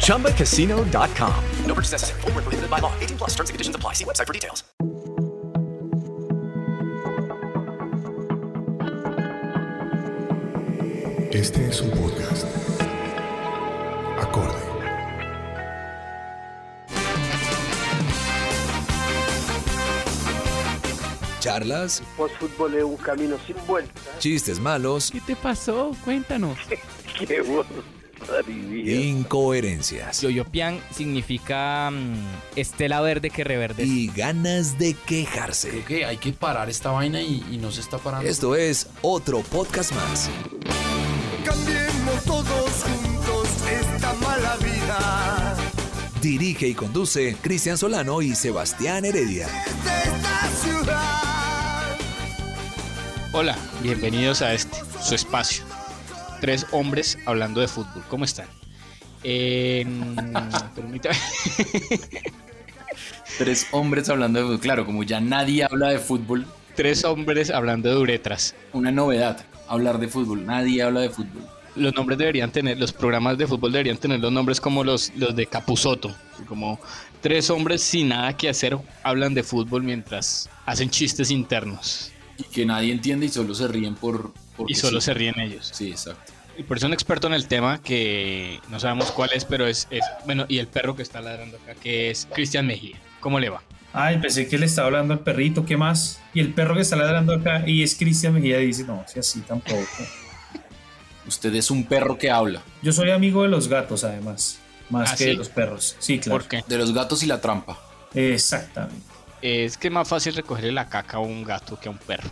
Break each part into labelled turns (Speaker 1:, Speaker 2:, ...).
Speaker 1: ChumbaCasino.com. No purchase necessary. Full prohibited by law. 18 plus terms and conditions apply. See website for details.
Speaker 2: Este es un podcast. Acorde.
Speaker 3: Charlas,
Speaker 4: fútbol es un camino sin vuelta.
Speaker 3: chistes malos,
Speaker 5: ¿Qué te pasó? Cuéntanos.
Speaker 4: Qué bueno. Maravilla.
Speaker 3: incoherencias
Speaker 5: Yoyopian significa mm, estela verde que reverdece.
Speaker 3: y ganas de quejarse.
Speaker 6: Creo que hay que parar esta vaina y, y no se está parando.
Speaker 3: Esto es otro podcast más.
Speaker 7: Cambiemos todos juntos esta mala vida.
Speaker 3: Dirige y conduce Cristian Solano y Sebastián Heredia.
Speaker 7: De esta ciudad.
Speaker 8: Hola, bienvenidos a este, su espacio. Tres hombres hablando de fútbol. ¿Cómo están? Eh, permítame.
Speaker 6: Tres hombres hablando de fútbol. Claro, como ya nadie habla de fútbol,
Speaker 8: Tres hombres hablando de uretras.
Speaker 6: una novedad. Hablar de fútbol. Nadie habla de fútbol.
Speaker 8: Los nombres deberían tener, los programas de fútbol deberían tener los nombres como los, los de Capusoto. Como tres hombres sin nada que hacer hablan de fútbol mientras hacen chistes internos.
Speaker 6: Y que nadie entiende y solo se ríen por. porque
Speaker 8: Y solo
Speaker 6: sí.
Speaker 8: se ríen ellos.
Speaker 6: Sí, exacto.
Speaker 8: Y por eso un experto en el tema que no sabemos cuál es, pero es, es bueno, y el perro que está ladrando acá, que es Cristian Mejía. ¿Cómo le va?
Speaker 9: Ay, pensé que le estaba hablando al perrito, ¿qué más? Y el perro que está ladrando acá y es Cristian Mejía dice, no, si así tampoco.
Speaker 6: Usted es un perro que habla.
Speaker 9: Yo soy amigo de los gatos, además, más
Speaker 8: ¿Ah,
Speaker 9: que de
Speaker 8: sí?
Speaker 9: los perros. Sí, claro.
Speaker 8: ¿Por qué?
Speaker 6: De los gatos y la trampa.
Speaker 9: Exactamente.
Speaker 8: Es que es más fácil recogerle la caca a un gato que a un perro.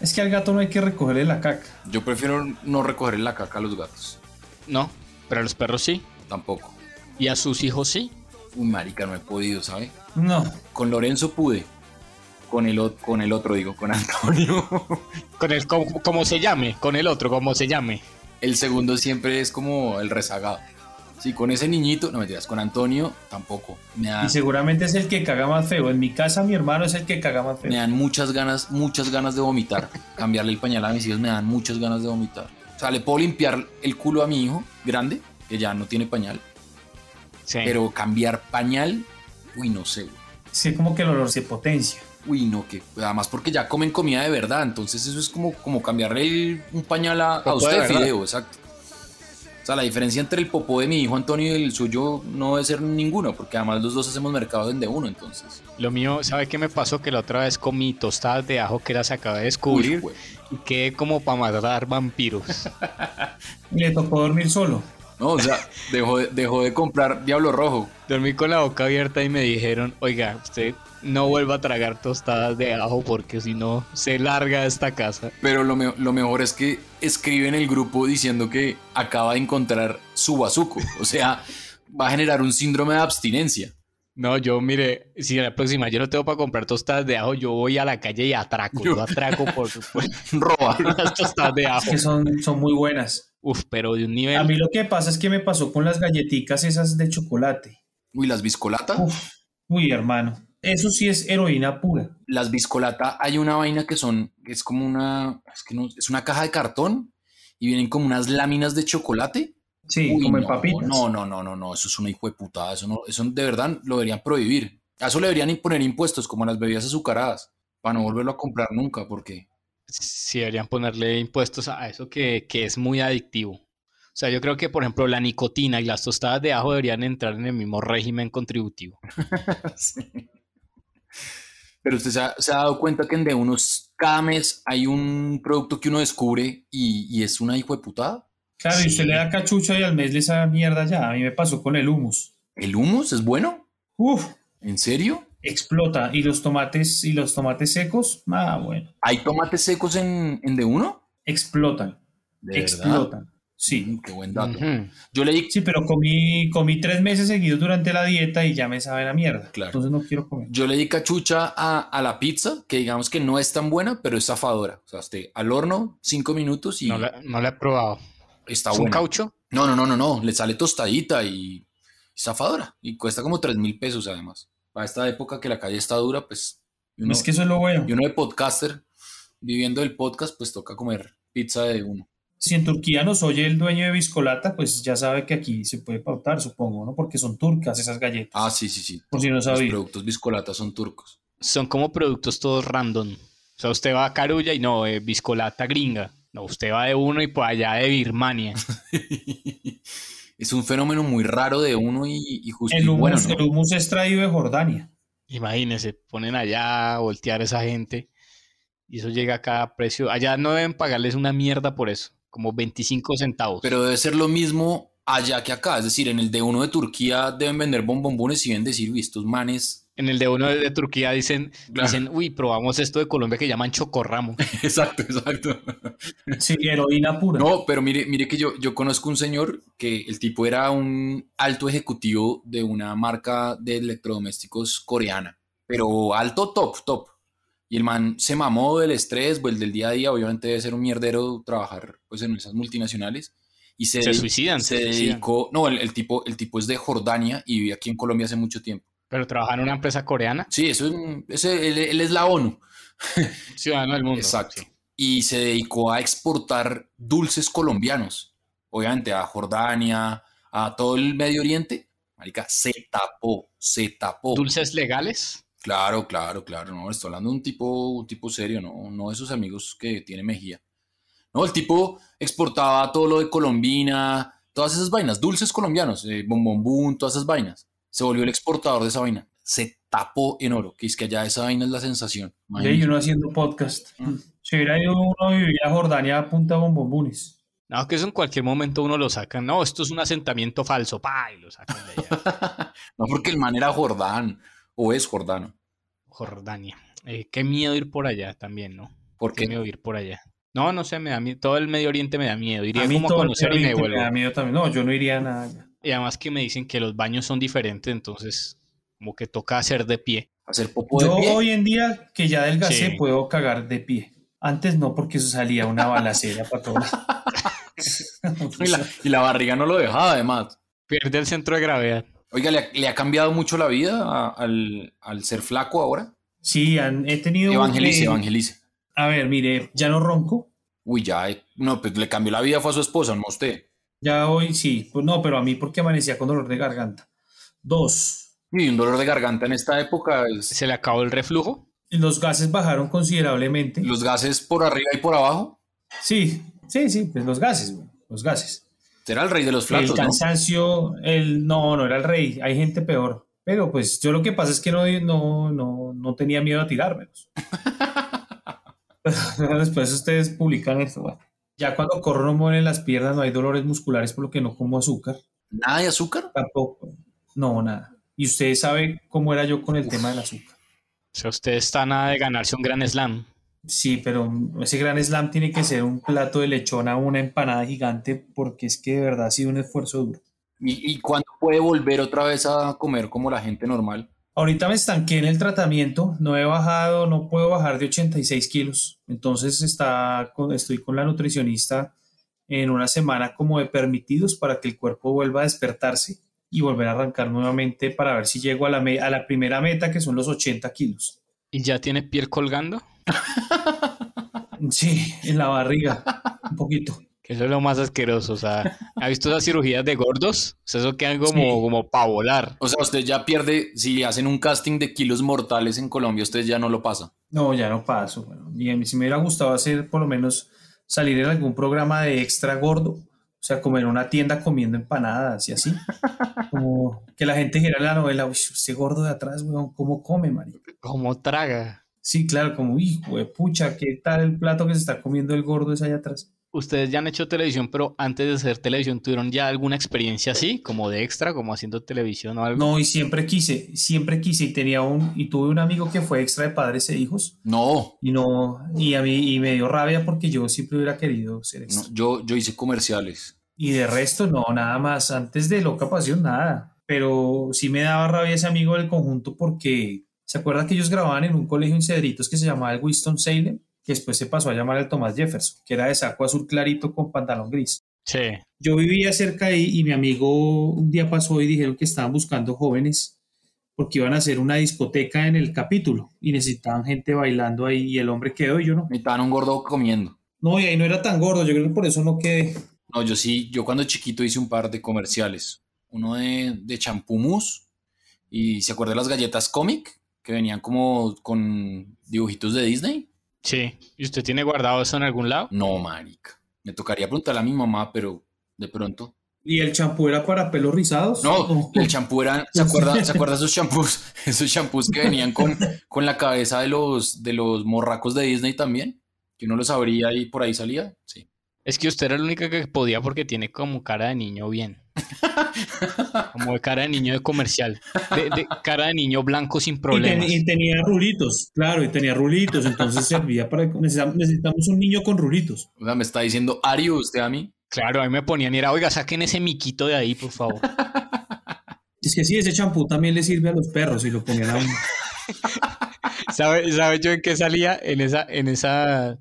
Speaker 9: Es que al gato no hay que recogerle la caca.
Speaker 6: Yo prefiero no recoger la caca a los gatos.
Speaker 8: No, pero a los perros sí.
Speaker 6: Tampoco.
Speaker 8: Y a sus hijos sí.
Speaker 6: Uy, marica, no he podido, ¿sabe?
Speaker 9: No,
Speaker 6: Con Lorenzo pude. Con el, o- con el otro, digo, con Antonio.
Speaker 8: Con el, como, como se llame, con el otro, como se llame.
Speaker 6: El segundo siempre es como el rezagado. Sí, con ese niñito, no mentiras, con Antonio tampoco. Me, da-
Speaker 9: y seguramente es el que caga más feo. En mi casa mi hermano es el que caga más
Speaker 6: me
Speaker 9: feo.
Speaker 6: dan muchas ganas, muchas ganas de vomitar. Cambiarle el pañal a mis hijos me dan muchas ganas de vomitar. O sea, le puedo limpiar el culo a mi hijo grande, que ya no tiene pañal,
Speaker 8: Sí.
Speaker 6: pero cambiar pañal, uy, no sé. güey.
Speaker 9: Sí, como que el olor se potencia.
Speaker 6: Uy, no, que además porque ya comen comida de verdad, entonces eso es como, como cambiarle el- un pañal a, a
Speaker 8: Popó de
Speaker 6: usted,
Speaker 8: verdad.
Speaker 6: Fideo, exacto. O sea, la diferencia entre el popó de mi hijo Antonio y el suyo no debe ser ninguna, porque además los dos hacemos mercado desde uno, entonces.
Speaker 8: Lo mío, ¿sabe qué me pasó? Que la otra vez comí tostadas de ajo que las acabé de
Speaker 6: Uy,
Speaker 8: descubrir
Speaker 6: güey.
Speaker 8: y quedé como para matar vampiros.
Speaker 9: Y le tocó dormir solo.
Speaker 6: No, o sea, dejó, de- dejó de comprar Diablo Rojo.
Speaker 8: Dormí con la boca abierta y me dijeron, oiga, usted no vuelva a tragar tostadas de ajo porque si no se larga de esta casa.
Speaker 6: Pero lo, me- lo mejor es que escribe en el grupo diciendo que acaba de encontrar su bazuco. O sea, va a generar un síndrome de abstinencia.
Speaker 8: No, yo mire, si la próxima yo no tengo para comprar tostadas de ajo, yo voy a la calle y atraco. Yo,
Speaker 6: Yo-
Speaker 8: atraco por, por
Speaker 6: Roba.
Speaker 8: unas tostadas de
Speaker 9: Es
Speaker 8: ajo.
Speaker 9: que son, son muy buenas.
Speaker 8: Uf, pero de un
Speaker 9: A mí
Speaker 8: nivel.
Speaker 9: lo que pasa es que me pasó con las galletitas esas de chocolate.
Speaker 6: Uy, las biscolatas.
Speaker 9: Uf, uy, hermano. Eso sí es heroína pura.
Speaker 6: las biscolata hay una vaina que son, es como una, es que no, es una caja de cartón y vienen como unas láminas de chocolate.
Speaker 9: Sí,
Speaker 6: Uy,
Speaker 9: como en
Speaker 6: no,
Speaker 9: papitas.
Speaker 6: No, no, no, no, no, eso es una hijo de putada, eso no, eso de verdad lo deberían prohibir. A eso le deberían imponer impuestos, como a las bebidas azucaradas, para no volverlo a comprar nunca, porque
Speaker 8: Si deberían ponerle impuestos a eso que, que es muy adictivo. O sea, yo creo que, por ejemplo, la nicotina y las tostadas de ajo deberían entrar en el mismo régimen contributivo.
Speaker 6: Pero usted se ha, se ha dado cuenta que en de unos cada mes hay un producto que uno descubre y, y es una hijo de putada.
Speaker 9: Claro, y usted le da cachucha y al mes le esa mierda ya. A mí me pasó con el humus.
Speaker 6: ¿El humus es bueno?
Speaker 9: Uf.
Speaker 6: ¿En serio?
Speaker 9: Explota. ¿Y los tomates y los tomates secos? Ah, bueno.
Speaker 6: ¿Hay tomates secos en, en de uno?
Speaker 9: Explotan.
Speaker 6: ¿De verdad?
Speaker 9: explotan. Sí.
Speaker 6: Mm, Qué buen dato. Yo leí
Speaker 9: Sí, pero comí, comí tres meses seguidos durante la dieta y ya me sabe la mierda.
Speaker 6: Claro.
Speaker 9: Entonces no quiero comer.
Speaker 6: Yo le di cachucha a, a la pizza, que digamos que no es tan buena, pero es zafadora. O sea, usted al horno, cinco minutos y
Speaker 8: No la, no la he probado.
Speaker 6: está
Speaker 8: ¿Es un
Speaker 6: buena.
Speaker 8: caucho?
Speaker 6: No, no, no, no, no. Le sale tostadita y, y zafadora. Y cuesta como tres mil pesos además. Para esta época que la calle está dura, pues. y uno-
Speaker 9: es que eso es lo bueno.
Speaker 6: y uno de podcaster, viviendo el podcast, pues toca comer pizza de uno.
Speaker 9: Si en Turquía nos oye el dueño de Biscolata, pues ya sabe que aquí se puede pautar, supongo, ¿no? Porque son turcas esas galletas.
Speaker 6: Ah, sí, sí, sí.
Speaker 9: Por si no
Speaker 6: Los
Speaker 9: sabía.
Speaker 6: productos biscolatas son turcos.
Speaker 8: Son como productos todos random. O sea, usted va a Carulla y no, eh, biscolata gringa. No, usted va de uno y por allá de Birmania.
Speaker 6: es un fenómeno muy raro de uno y, y justo
Speaker 9: El
Speaker 6: y Pues bueno,
Speaker 9: hummus,
Speaker 6: ¿no?
Speaker 9: el hummus es traído de Jordania.
Speaker 8: Imagínense, ponen allá a voltear a esa gente y eso llega acá a precio. Allá no deben pagarles una mierda por eso, como 25 centavos.
Speaker 6: Pero debe ser lo mismo allá que acá. Es decir, en el de uno de Turquía deben vender bombombones y deben decir, uy, estos manes.
Speaker 8: en el de uno de, de Turquía dicen,
Speaker 6: Claro.
Speaker 8: dicen, uy, probamos esto de Colombia que llaman chocorramo.
Speaker 6: Exacto, exacto.
Speaker 9: Sí, heroína pura.
Speaker 6: No, pero mire, mire que yo, yo conozco un señor que el tipo era un alto ejecutivo de una marca de electrodomésticos coreana, pero alto top, top. Y el man se mamó del estrés, pues, del día a día, obviamente debe ser un mierdero trabajar pues en esas multinacionales. Y se,
Speaker 8: Se suicidan,
Speaker 6: se
Speaker 8: se suicidan.
Speaker 6: dedicó, no, el, el tipo, el tipo es de Jordania y vive aquí en Colombia hace mucho tiempo.
Speaker 8: Pero trabajan en una empresa coreana,
Speaker 6: Sí, eso es, un- ese- él, él es la ONU.
Speaker 8: ciudadano del mundo.
Speaker 6: Exacto.
Speaker 8: Sí.
Speaker 6: Y se dedicó a exportar dulces colombianos, obviamente a Jordania, a todo el Medio Oriente. Marica, se tapó, se tapó.
Speaker 8: Dulces legales.
Speaker 6: Claro, claro, claro. No, estoy hablando de un tipo, un tipo serio, no, no de esos amigos que tiene Mejía. No, el tipo exportaba todo lo de Colombina, todas esas vainas, dulces colombianos, eh, bombombún, todas esas vainas. Se volvió el exportador de esa vaina. Se tapó en oro, que es que allá esa vaina es la sensación. Mm.
Speaker 9: Y ahí uno haciendo podcast. Si hubiera ido uno a vivir a Jordania a punta de bombombunes.
Speaker 8: No, que eso en cualquier momento uno lo sacan. No, esto es un asentamiento falso. Pa, y lo sacan de allá.
Speaker 6: No, porque el man era Jordán o es Jordano.
Speaker 8: Jordania. Eh, qué miedo ir por allá también, ¿no?
Speaker 6: ¿Por
Speaker 8: Qué
Speaker 6: qué?
Speaker 8: miedo ir por allá. No, no sé, me da miedo. Todo el Medio Oriente me da miedo. Iría
Speaker 9: a mí
Speaker 8: como a
Speaker 9: todo el
Speaker 8: conocer y me
Speaker 9: Oriente me
Speaker 8: vuelvo.
Speaker 9: da miedo también. No, yo no iría a nada. allá.
Speaker 8: Y además que me dicen que los baños son diferentes, entonces como que toca hacer de pie.
Speaker 6: Hacer popo de
Speaker 9: Yo
Speaker 6: pie.
Speaker 9: hoy en día, que ya adelgacé,
Speaker 8: Sí.
Speaker 9: puedo cagar de pie. Antes no, porque eso salía una balacera para todos.
Speaker 6: Y la, y la barriga no lo dejaba, además.
Speaker 8: Pierde el centro de gravedad.
Speaker 6: Oiga, ¿le ha, le ha cambiado mucho la vida a- al, al ser flaco ahora?
Speaker 9: Sí, han, he tenido...
Speaker 6: Evangelice,
Speaker 9: eh,
Speaker 6: evangelice.
Speaker 9: A ver, mire, ya no ronco.
Speaker 6: Uy, ya, eh, no, pues le cambió la vida fue a su esposa, no a usted.
Speaker 9: Ya hoy sí. Pues no, pero a mí porque amanecía con dolor de garganta. Dos,
Speaker 6: Y un dolor de garganta en esta época es
Speaker 8: Se le acabó el reflujo.
Speaker 9: los gases bajaron considerablemente.
Speaker 6: los gases por arriba y por abajo.
Speaker 9: Sí, sí, sí, pues los gases, güey, los gases.
Speaker 6: Será el rey de los
Speaker 9: el
Speaker 6: flacos, ¿no?
Speaker 9: cansancio, el no, no era el rey, hay gente peor. Pero pues yo lo que pasa es que no, no, no, no tenía miedo a tirármelos. Después ustedes publican eso. güey. Ya cuando corro no mueren las piernas, no hay dolores musculares por lo que no como azúcar.
Speaker 6: Nada de azúcar.
Speaker 9: Tampoco. No, nada. Y ustedes saben cómo era yo con el tema del azúcar.
Speaker 8: O sea, usted está a nada de ganarse un gran slam.
Speaker 9: Sí, pero ese gran slam tiene que ser un plato de lechona, una empanada gigante, porque es que de verdad ha sido un esfuerzo duro.
Speaker 6: ¿Y, y cuándo puede volver otra vez a comer como la gente normal?
Speaker 9: Ahorita me estanqué en el tratamiento, no he bajado, no puedo bajar de 86 kilos. Entonces está con- estoy con la nutricionista en una semana como de permitidos para que el cuerpo vuelva a despertarse y volver a arrancar nuevamente para ver si llego a la, me- a la primera meta que son los 80 kilos.
Speaker 8: Y ya tiene piel colgando.
Speaker 9: Sí, en la barriga, un poquito.
Speaker 8: Que eso es lo más asqueroso. O sea, ¿ha visto esas cirugías de gordos? O sea, eso quedan como,
Speaker 9: Sí.
Speaker 8: como para volar.
Speaker 6: O sea, usted ya pierde, si hacen un casting de kilos mortales en Colombia, usted ya no lo pasa.
Speaker 9: No, ya no paso. Bueno, y a mí sí me hubiera gustado hacer, por lo menos, salir en algún programa de extra gordo. O sea, como en una tienda comiendo empanadas y así. Como que la gente gira la novela, uy, este gordo de atrás, weón, ¿cómo come, marica?
Speaker 8: ¿Cómo traga?
Speaker 9: Sí, claro, como, hijo de pucha, ¿qué tal el plato que se está comiendo el gordo es allá atrás?
Speaker 8: Ustedes ya han hecho televisión, pero antes de hacer televisión, ¿tuvieron ya alguna experiencia así, como de extra, como haciendo televisión o algo?
Speaker 9: No, y siempre quise, siempre quise, y tenía un, y tuve un amigo que fue extra de padres e hijos.
Speaker 6: No.
Speaker 9: Y no, y a mí, y me dio rabia porque yo siempre hubiera querido ser extra.
Speaker 6: No, yo, yo hice comerciales.
Speaker 9: Y de resto, no, nada más. Antes de Loca Pasión, nada. Pero sí me daba rabia ese amigo del conjunto porque se acuerda que ellos grababan en un colegio en Cedritos que se llamaba el Winston Salem, que después se pasó a llamar el Thomas Jefferson, que era de saco azul clarito con pantalón gris.
Speaker 8: Sí.
Speaker 9: Yo vivía cerca ahí y mi amigo un día pasó y dijeron que estaban buscando jóvenes porque iban a hacer una discoteca en el capítulo y necesitaban gente bailando ahí y el hombre quedó y yo no.
Speaker 6: Necesitaban un gordo comiendo.
Speaker 9: No, y ahí no era tan gordo, yo creo que por eso no quedé.
Speaker 6: No, yo sí, yo cuando chiquito hice un par de comerciales. Uno de, de champú mousse, y se acuerdan las galletas cómic que venían como con dibujitos de Disney.
Speaker 8: Sí, ¿y usted tiene guardado eso en algún lado?
Speaker 6: No, marica. Me tocaría preguntarle a mi mamá, pero de pronto.
Speaker 9: ¿Y el champú era para pelos rizados?
Speaker 6: No, ¿O? el champú era, ¿se acuerda, ¿se acuerda esos champús? Esos champús que venían con, con la cabeza de los, de los morracos de Disney también, que uno los abría y por ahí salía, sí.
Speaker 8: Es que usted era la única que podía porque tiene como cara de niño bien. Como de cara de niño de comercial. De, de cara de niño blanco sin problemas.
Speaker 9: Y, ten, y, tenía rulitos, claro, y tenía rulitos. Entonces servía para. Necesitamos, necesitamos un niño con rulitos.
Speaker 6: O sea, me está diciendo Ario usted a mí.
Speaker 8: Claro, a mí me ponían y era, oiga, saquen ese miquito de ahí, por favor.
Speaker 9: Es que sí, ese champú también le sirve a los perros y lo ponían a uno.
Speaker 8: ¿Sabe, ¿Sabe yo en qué salía? En esa. En esa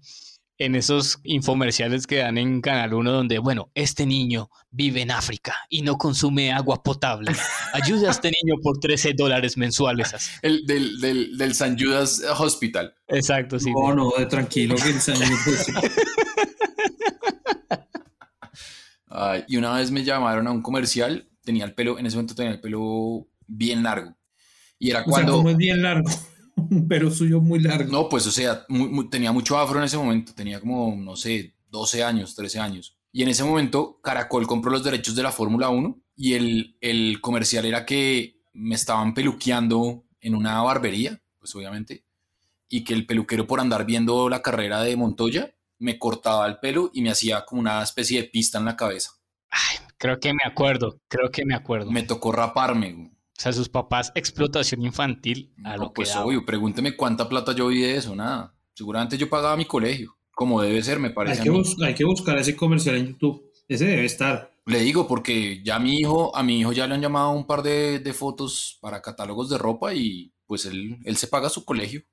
Speaker 8: en esos infomerciales que dan en Canal 1 donde, bueno, este niño vive en África y no consume agua potable. Ayude a este niño por 13 dólares mensuales. Así.
Speaker 6: El del, del, del San Judas Hospital.
Speaker 8: Exacto, sí.
Speaker 9: No, no, de tranquilo que el pues, San Judas.
Speaker 6: uh, y una vez me llamaron a un comercial, tenía el pelo, en ese momento tenía el pelo bien largo. Y era cuando...
Speaker 9: O sea, ¿cómo es bien largo? pero suyo muy largo.
Speaker 6: No, pues o sea, muy, muy, tenía mucho afro en ese momento, tenía como, no sé, 12 años, 13 años. Y en ese momento Caracol compró los derechos de la Fórmula 1 y el, el, comercial era que me estaban peluqueando en una barbería, pues obviamente, y que el peluquero por andar viendo la carrera de Montoya me cortaba el pelo y me hacía como una especie de pista en la cabeza.
Speaker 8: Ay, creo que me acuerdo, creo que me acuerdo.
Speaker 6: Me tocó raparme, güey.
Speaker 8: O sea, sus papás, explotación infantil. A no, lo
Speaker 6: pues
Speaker 8: que
Speaker 6: obvio, pregúnteme cuánta plata yo vi de eso, nada. Seguramente yo pagaba mi colegio, como debe ser, me parece.
Speaker 9: Hay que, a hay que buscar ese comercial en YouTube, ese debe estar.
Speaker 6: Le digo, porque ya mi hijo, a mi hijo ya le han llamado un par de, de fotos para catálogos de ropa y pues él, él se paga su colegio.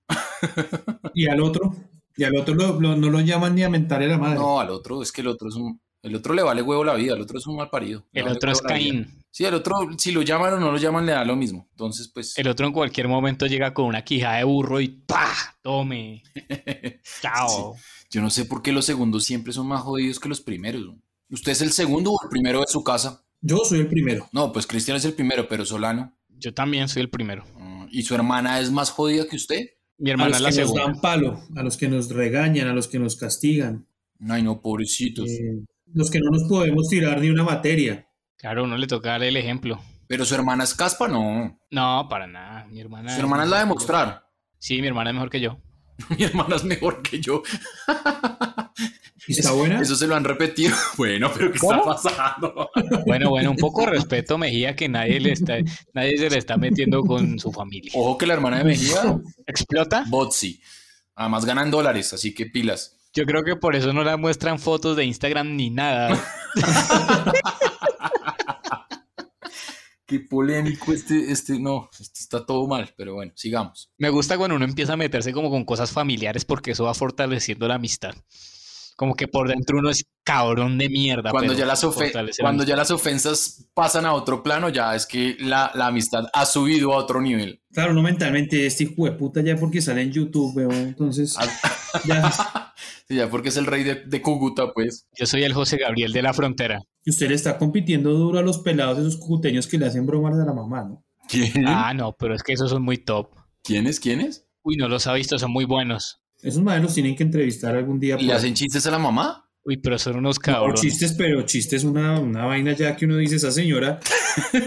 Speaker 9: y al otro, y al otro lo, lo, no lo llaman ni a mentar a la madre.
Speaker 6: No, al otro, es que el otro es un, el otro le vale huevo la vida, el otro es un mal parido.
Speaker 8: El
Speaker 6: vale
Speaker 8: otro es Caín.
Speaker 6: Sí, el otro, si lo llaman o no lo llaman, le da lo mismo. Entonces, pues.
Speaker 8: El otro en cualquier momento llega con una quijada de burro y ¡pa! ¡Tome! ¡Chao!
Speaker 6: Sí. Yo no sé por qué los segundos siempre son más jodidos que los primeros. ¿Usted es el segundo o el primero de su casa?
Speaker 9: Yo soy el primero.
Speaker 6: No, pues Cristian es el primero, pero Solano. mm,
Speaker 8: Yo también soy el primero.
Speaker 6: ¿Y su hermana es más jodida que usted?
Speaker 8: Mi hermana
Speaker 9: a
Speaker 8: los
Speaker 9: que
Speaker 8: la segunda.
Speaker 9: Nos dan palo, a los que nos regañan, a los que nos castigan.
Speaker 6: Ay, no, pobrecitos.
Speaker 9: Eh, los que no nos podemos tirar ni una materia.
Speaker 8: Claro, uno le toca darle el ejemplo.
Speaker 6: Pero su hermana es caspa, no.
Speaker 8: No, para nada. Mi hermana.
Speaker 6: Su hermana es la de mostrar.
Speaker 8: Sí, mi hermana es mejor que yo.
Speaker 6: mi hermana es mejor que yo.
Speaker 9: ¿Y está buena?
Speaker 6: Eso se lo han repetido. Bueno, pero ¿qué ¿Eh? ¿Cómo? está pasando?
Speaker 8: Bueno, bueno, un poco de respeto, Mejía, que nadie, le está, nadie se le está metiendo con su familia.
Speaker 6: Ojo que la hermana de Mejía
Speaker 8: explota.
Speaker 6: Botsi. Además ganan dólares, así que pilas.
Speaker 8: Yo creo que por eso no la muestran fotos de Instagram ni nada.
Speaker 6: Qué polémico este, este, no, este está todo mal, pero bueno, sigamos.
Speaker 8: Me gusta cuando uno empieza a meterse como con cosas familiares porque eso va fortaleciendo la amistad. Como que por dentro uno es cabrón de mierda.
Speaker 6: Cuando, ya las, cuando la ya las ofensas pasan a otro plano, ya es que la, la amistad ha subido a otro nivel.
Speaker 9: Claro, no mentalmente, este hijo de puta ya porque sale en YouTube, weón, entonces ya.
Speaker 6: sí, ya porque es el rey de, de Cúcuta, pues.
Speaker 8: Yo soy el José Gabriel de la frontera.
Speaker 9: Y usted le está compitiendo duro a los pelados esos cucuteños que le hacen bromas a la mamá, ¿no?
Speaker 6: ¿Quién?
Speaker 8: Ah, no, pero es que esos son muy top.
Speaker 6: ¿Quiénes? ¿Quiénes?
Speaker 8: Uy, no los ha visto, son muy buenos.
Speaker 9: Esos madres los tienen que entrevistar algún día.
Speaker 6: ¿Le hacen chistes a la mamá?
Speaker 8: Uy, pero son
Speaker 6: pues
Speaker 8: unos cabrones.
Speaker 9: No, chistes, pero chistes una, una vaina ya que uno dice, esa señora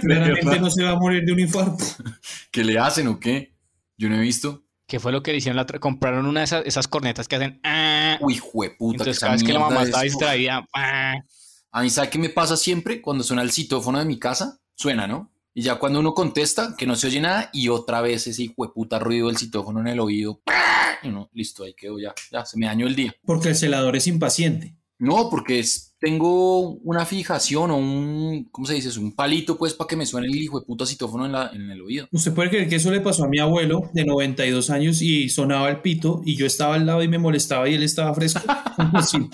Speaker 9: claramente no se va a morir de un infarto.
Speaker 6: ¿Qué le hacen o qué? Yo no he visto.
Speaker 8: ¿Qué fue lo que le hicieron? La compraron una de esas, esas cornetas que hacen... ¡ah!
Speaker 6: Uy, jueputa.
Speaker 8: Entonces
Speaker 6: esa
Speaker 8: cada vez que la
Speaker 6: mierda
Speaker 8: mamá
Speaker 6: es-
Speaker 8: está distraída... ¡ah!
Speaker 6: A mí, ¿sabe qué me pasa siempre? Cuando suena el citófono de mi casa, suena, ¿no? Y ya cuando uno contesta, que no se oye nada, y otra vez ese hijo de puta ruido del citófono en el oído. ¡pah! Y uno, listo, ahí quedó ya. Ya, se me dañó el día.
Speaker 9: Porque el celador es impaciente.
Speaker 6: No, porque es- tengo una fijación o un, ¿cómo se dice? eso? Un palito, pues, para que me suene el hijo de puta citófono en, la- en el oído.
Speaker 9: Usted puede creer que eso le pasó a mi abuelo de 92 años y sonaba el pito y yo estaba al lado y me molestaba y él estaba fresco. Sí.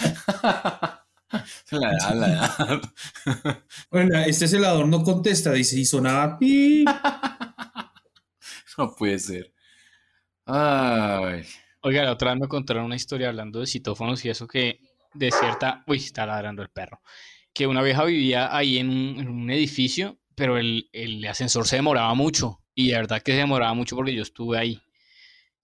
Speaker 6: La edad, la edad.
Speaker 9: Bueno, este celador no contesta, dice, y sonaba pi.
Speaker 6: No puede ser. Ay.
Speaker 8: Oiga, la otra vez me contaron una historia hablando de citófonos y eso que de cierta... Uy, está ladrando el perro. Que una vieja vivía ahí en un, en un edificio, pero el, el ascensor se demoraba mucho. Y la verdad que se demoraba mucho porque yo estuve ahí.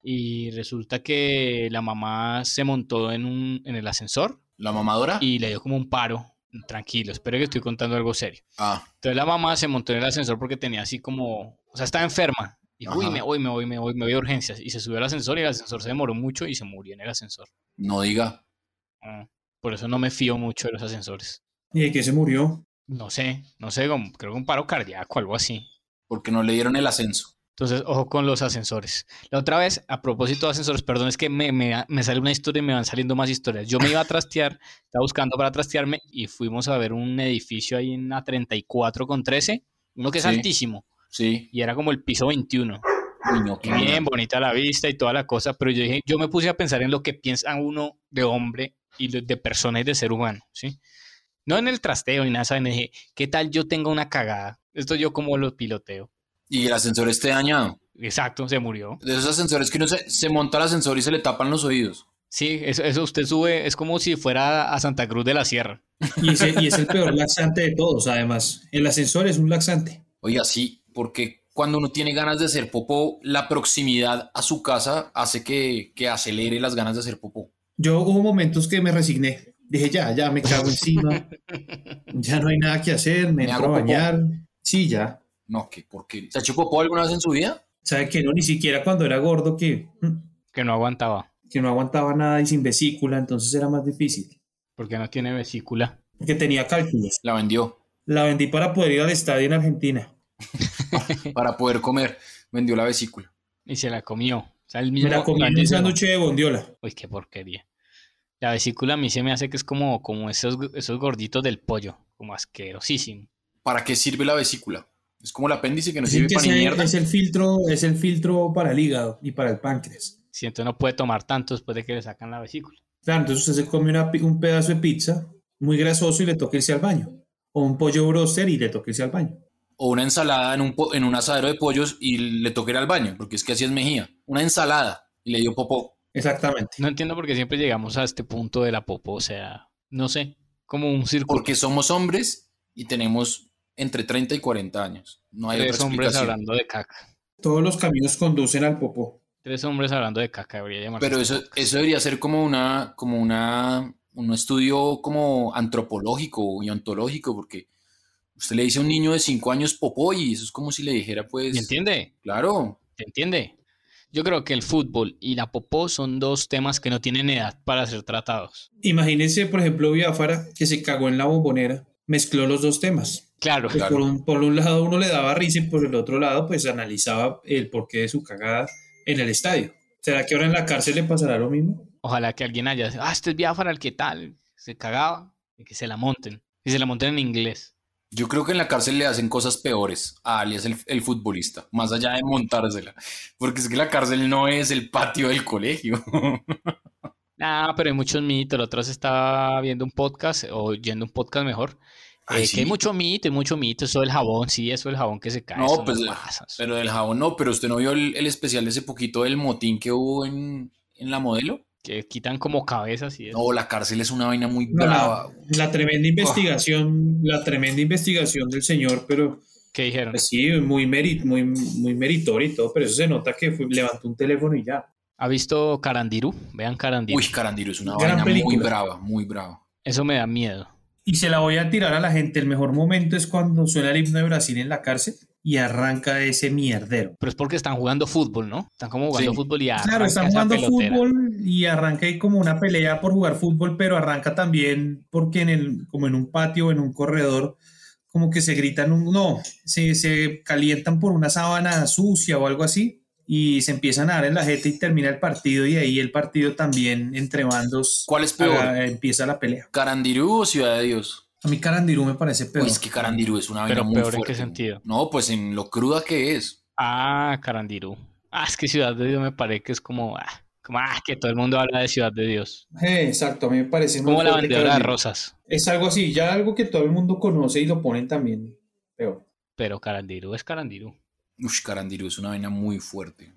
Speaker 8: Y resulta que la mamá se montó en, un, en el ascensor
Speaker 6: ¿La mamadora?
Speaker 8: y le dio como un paro. Tranquilo, espero que estoy contando algo serio.
Speaker 6: Ah,
Speaker 8: Entonces la mamá se montó en el ascensor porque tenía así como, o sea, estaba enferma. Dijo, uy,
Speaker 6: Ajá.
Speaker 8: me voy, me voy, me voy, me voy a urgencias. Y se subió al ascensor y el ascensor se demoró mucho y se murió en el ascensor.
Speaker 6: no diga.
Speaker 8: Ah, Por eso no me fío mucho de los ascensores.
Speaker 9: ¿Y de qué se murió?
Speaker 8: No sé, no sé, como- creo que un paro cardíaco, algo así.
Speaker 6: Porque no le dieron el ascenso.
Speaker 8: Entonces, ojo con los ascensores. La otra vez, a propósito de ascensores, perdón, es que me, me- me sale una historia y me van saliendo más historias. Yo me iba a trastear, estaba buscando para trastearme y fuimos a ver un edificio ahí en la 34 con 13, uno que es
Speaker 6: Sí.
Speaker 8: altísimo
Speaker 6: Sí.
Speaker 8: y era como el piso 21.
Speaker 6: Uy, no, qué mierda.
Speaker 8: Bien bonita la vista y toda la cosa, pero yo dije, yo me puse a pensar en lo que piensa uno de hombre y lo- de persona y de ser humano, ¿sí? No en el trasteo ni nada, ¿saben? Dije, ¿qué tal yo tengo una cagada? Esto yo como lo piloteo.
Speaker 6: Y el ascensor esté dañado.
Speaker 8: Exacto, se murió.
Speaker 6: De esos ascensores que uno se, se monta el ascensor y se le tapan los oídos.
Speaker 8: Sí, eso, eso usted sube, es como si fuera a Santa Cruz de la Sierra.
Speaker 9: Y, ese- y es el peor laxante de todos, además. El ascensor es un laxante.
Speaker 6: Oiga, sí, porque cuando uno tiene ganas de hacer popó, la proximidad a su casa hace que, que acelere las ganas de hacer popó.
Speaker 9: Yo hubo momentos que me resigné. Dije, ya, ya me cago encima. ya no hay nada que hacer, me,
Speaker 6: Me
Speaker 9: entro a
Speaker 6: hago popó.
Speaker 9: bañar. Sí, ya.
Speaker 6: No, que porque. ¿Se ha hecho popó alguna vez en su vida?
Speaker 9: ¿Sabe que no? Ni siquiera cuando era gordo que, mm,
Speaker 8: Que no aguantaba,
Speaker 9: que no aguantaba nada y sin vesícula, entonces era más difícil.
Speaker 8: porque no tiene vesícula.
Speaker 9: Porque tenía cálculos.
Speaker 6: La vendió
Speaker 9: La vendí para poder ir al estadio en Argentina.
Speaker 6: para poder comer. Vendió la vesícula.
Speaker 8: Y se la comió. O sea, el
Speaker 9: Me
Speaker 8: mismo
Speaker 9: la comí en un
Speaker 8: grandísimo.
Speaker 9: sándwich de bondiola.
Speaker 8: Uy, qué porquería. La vesícula a mí se me hace que es como, como esos, esos gorditos del pollo, como asquerosísimo.
Speaker 6: ¿Para qué sirve la vesícula? Es como el apéndice que no
Speaker 9: Dicen
Speaker 6: sirve
Speaker 9: que
Speaker 6: para ni
Speaker 9: ese-
Speaker 6: mierda.
Speaker 9: es el filtro, es el filtro para el hígado y para el páncreas.
Speaker 8: Siento no puede tomar tanto después de que le sacan la vesícula.
Speaker 9: Claro, entonces usted se come una pi- un pedazo de pizza muy grasoso y le toca irse al baño. O un pollo broster y le toca irse al baño.
Speaker 6: O una ensalada en un, po- en un asadero de pollos y le toque ir al baño, porque es que así es Mejía. Una ensalada y le dio popó.
Speaker 9: Exactamente.
Speaker 8: No entiendo por qué siempre llegamos a este punto de la popó, o sea, no sé, como un círculo.
Speaker 6: Porque somos hombres y tenemos entre 30 y 40 años. No hay
Speaker 8: Tres
Speaker 6: otra
Speaker 8: hombres
Speaker 6: explicación.
Speaker 8: hablando de caca.
Speaker 9: Todos los caminos conducen al popó.
Speaker 8: Tres hombres hablando de caca, debería llamarse.
Speaker 6: Pero eso, eso debería ser como una, como una, un estudio como antropológico y ontológico, porque usted le dice a un niño de 5 años popó y eso es como si le dijera, pues,
Speaker 8: ¿Me entiende?
Speaker 6: claro,
Speaker 8: ¿Te entiende? Yo creo que el fútbol y la popó son dos temas que no tienen edad para ser tratados.
Speaker 9: Imagínense, por ejemplo, Biafara, que se cagó en la bombonera, mezcló los dos temas.
Speaker 8: Claro,
Speaker 9: Pues por, un, por un lado uno le daba risa y por el otro lado pues analizaba el porqué de su cagada en el estadio. ¿Será que ahora en la cárcel le pasará lo mismo?
Speaker 8: Ojalá que alguien haya, ah, este es Biafra, el que tal, se cagaba, y que se la monten. Y se la monten en inglés.
Speaker 6: Yo creo que en la cárcel le hacen cosas peores a alias el, el futbolista, más allá de montársela, porque es que la cárcel no es el patio del colegio.
Speaker 8: Ah, pero hay muchos mitos. La otra vez estaba viendo un podcast, o oyendo un podcast mejor,
Speaker 6: Ay,
Speaker 8: eh,
Speaker 6: sí.
Speaker 8: que hay mucho mito, hay mucho mito. Eso del jabón, sí, eso del jabón que se cae.
Speaker 6: No,
Speaker 8: eso
Speaker 6: pues,
Speaker 8: pasa, eso-
Speaker 6: Pero del jabón no, pero usted no vio el, el especial de ese poquito del motín que hubo en, en la modelo.
Speaker 8: Que quitan como cabezas y eso.
Speaker 6: No, la cárcel es una vaina muy
Speaker 9: No,
Speaker 6: brava.
Speaker 9: La tremenda investigación, la tremenda investigación del señor, pero
Speaker 8: ¿Qué dijeron?
Speaker 9: pues, sí, muy, meri- muy, muy meritorio y todo, pero eso se nota que fue- levantó un teléfono y ya.
Speaker 8: ¿Ha visto Carandirú? Vean Carandirú.
Speaker 6: Uy, Carandiru, es una
Speaker 9: Gran
Speaker 6: vaina muy
Speaker 9: película.
Speaker 6: brava, muy brava.
Speaker 8: Eso me da miedo.
Speaker 9: Y se la voy a tirar a la gente. El mejor momento es cuando suena el himno de Brasil en la cárcel y arranca ese mierdero.
Speaker 8: Pero es porque están jugando fútbol, ¿no? Están como jugando
Speaker 9: Sí.
Speaker 8: fútbol y
Speaker 9: Claro,
Speaker 8: arranca
Speaker 9: están
Speaker 8: esa
Speaker 9: jugando
Speaker 8: pelotera.
Speaker 9: fútbol y arranca ahí como una pelea por jugar fútbol, pero arranca también porque en el, como en un patio, en un corredor, como que se gritan un no, se, se calientan por una sábana sucia o algo así y se empiezan a dar en la jeta y termina el partido y ahí el partido también entre bandos.
Speaker 6: ¿Cuál es peor?
Speaker 9: haga- empieza la pelea.
Speaker 6: ¿Carandirú o Ciudad de Dios?
Speaker 9: A mí Carandirú me parece peor.
Speaker 6: Uy, es que Carandirú es una vaina
Speaker 8: Pero
Speaker 6: muy
Speaker 8: peor en
Speaker 6: fuerte.
Speaker 8: qué sentido.
Speaker 6: No, pues en lo cruda que es.
Speaker 8: Ah, Carandirú. Ah, es que Ciudad de Dios me parece que es como, ah, como, ah, que todo el mundo habla de Ciudad de Dios.
Speaker 9: Eh, exacto, a mí me parece
Speaker 8: Es
Speaker 9: muy
Speaker 8: como la
Speaker 9: fuerte
Speaker 8: bandera de
Speaker 9: Carandirú.
Speaker 8: rosas.
Speaker 9: Es algo así, ya algo que todo el mundo conoce y lo ponen también peor.
Speaker 8: Pero Carandirú es Carandirú.
Speaker 6: Uy, Carandirú es una vaina muy fuerte.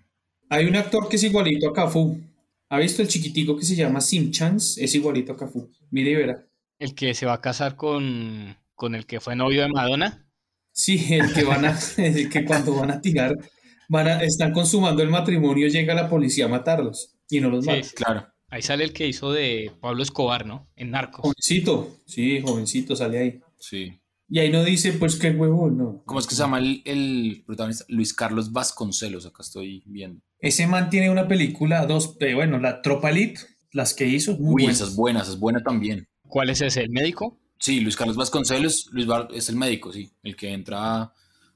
Speaker 9: Hay un actor que es igualito a Cafú. ¿Ha visto el chiquitico que se llama Sim Chance? Es igualito a Cafú. Mire y verá.
Speaker 8: El que se va a casar con, con el que fue novio de Madonna.
Speaker 9: Sí, el que van a, el que cuando van a tirar, van a, están consumando el matrimonio, llega la policía a matarlos y no los
Speaker 8: Sí,
Speaker 9: mata.
Speaker 8: sí.
Speaker 6: Claro.
Speaker 8: Ahí sale el que hizo de Pablo Escobar, ¿no? En Narcos.
Speaker 9: Jovencito, sí, jovencito sale ahí.
Speaker 6: Sí.
Speaker 9: Y ahí no dice, pues qué huevo, no.
Speaker 6: ¿Cómo es que se llama el, el protagonista? Luis Carlos Vasconcelos, acá estoy viendo.
Speaker 9: Ese man tiene una película, dos, eh, bueno, la Tropa Elite, las que hizo, muy
Speaker 6: Uy,
Speaker 9: buenas.
Speaker 6: esa es buena, esa es buena también.
Speaker 8: ¿Cuál es ese? ¿El médico?
Speaker 6: Sí, Luis Carlos Vasconcelos Luis Bar- es el médico, sí, el que entra a,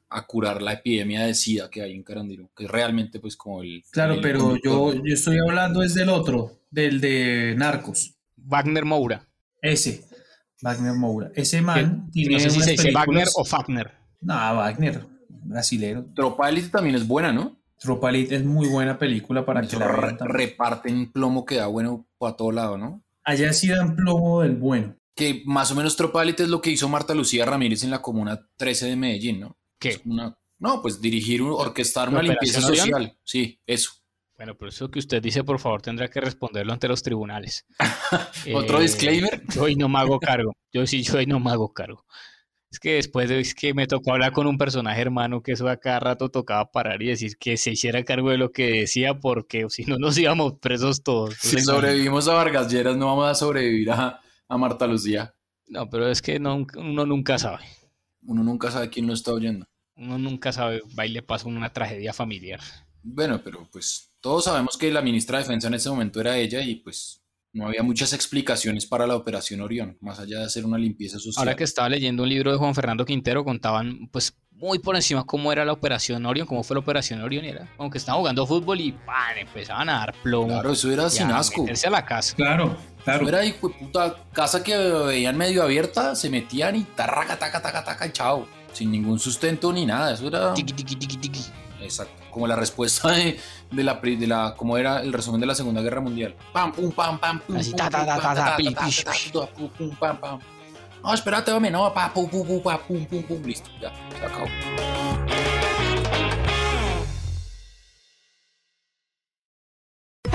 Speaker 6: a curar la epidemia de SIDA que hay en Carandirú, que es realmente pues como el...
Speaker 9: Claro,
Speaker 6: el
Speaker 9: pero yo,
Speaker 6: conductor.
Speaker 9: yo estoy hablando es del otro, del de Narcos.
Speaker 8: Wagner Moura.
Speaker 9: Ese, Wagner Moura. Ese man
Speaker 8: Que-
Speaker 9: Ah, tiene
Speaker 8: no sé si
Speaker 9: unas
Speaker 8: se dice Wagner
Speaker 9: películas-
Speaker 8: o Fagner.
Speaker 9: No, Wagner, brasilero.
Speaker 6: Tropa Élite también es buena, ¿no?
Speaker 9: Tropalit es muy buena película para que
Speaker 6: Eso
Speaker 9: la
Speaker 6: re-
Speaker 9: vean también.
Speaker 6: reparten plomo que da bueno para todo lado, ¿no?
Speaker 9: Allá sí dan plomo del bueno.
Speaker 6: Que más o menos Tropa Élite es lo que hizo Marta Lucía Ramírez en la Comuna 13 de Medellín, ¿no?
Speaker 8: ¿Qué?
Speaker 6: Una- no, pues dirigir, un- orquestar una
Speaker 8: ¿Operación
Speaker 6: limpieza
Speaker 8: Orión?
Speaker 6: social. Sí, eso.
Speaker 8: Bueno, pero eso que usted dice, por favor, tendrá que responderlo ante los tribunales.
Speaker 6: Otro
Speaker 8: Eh,
Speaker 6: disclaimer.
Speaker 8: Yo hoy no me hago cargo. Yo sí, yo hoy no me hago cargo. Es que después de es que me tocó hablar con un personaje hermano que eso a cada rato tocaba parar y decir que se hiciera cargo de lo que decía porque si no nos íbamos presos todos. Pues,
Speaker 6: Si
Speaker 8: Entonces,
Speaker 6: sobrevivimos a Vargas Lleras, no vamos a sobrevivir a, a Marta Lucía.
Speaker 8: No, pero es que no- uno nunca sabe.
Speaker 6: Uno nunca sabe quién lo está oyendo.
Speaker 8: Uno nunca sabe. Va y le pasa una tragedia familiar.
Speaker 6: Bueno, pero pues todos sabemos que la ministra de Defensa en ese momento era ella y pues no había muchas explicaciones para la operación Orión, más allá de hacer una limpieza social.
Speaker 8: Ahora que estaba leyendo un libro de Juan Fernando Quintero, contaban pues muy por encima cómo era la operación Orión, cómo fue la operación Orión, y era como que estaban jugando fútbol y ¡pam! empezaban a dar plomo.
Speaker 6: Claro, eso era
Speaker 8: y
Speaker 6: sin
Speaker 8: a
Speaker 6: asco.
Speaker 8: meterse a la casa.
Speaker 9: Claro, claro.
Speaker 6: Eso era hijo de puta casa que veían medio abierta, se metían y tarraca, taca, taca, taca, y chao. Sin ningún sustento ni nada. Eso era.
Speaker 8: Tiqui, tiqui, tiqui, tiqui.
Speaker 6: Exacto. Como la respuesta de, de la, pri- de la. Como era el resumen de la Segunda Guerra Mundial. Pam, pum, pam, pam, pum.
Speaker 8: Así,
Speaker 6: pum,
Speaker 8: ta, ta,
Speaker 6: pum,
Speaker 8: ta,
Speaker 6: pam,
Speaker 8: ta, ta, pi,
Speaker 6: ta, ta,
Speaker 8: pi,
Speaker 6: ta,
Speaker 8: pi.
Speaker 6: ta, pum, pum, pam, pam. No, espérate, hombre, no, pa, pum, pum, pum, pa, pum, pum, pum, listo, ya, se acabó.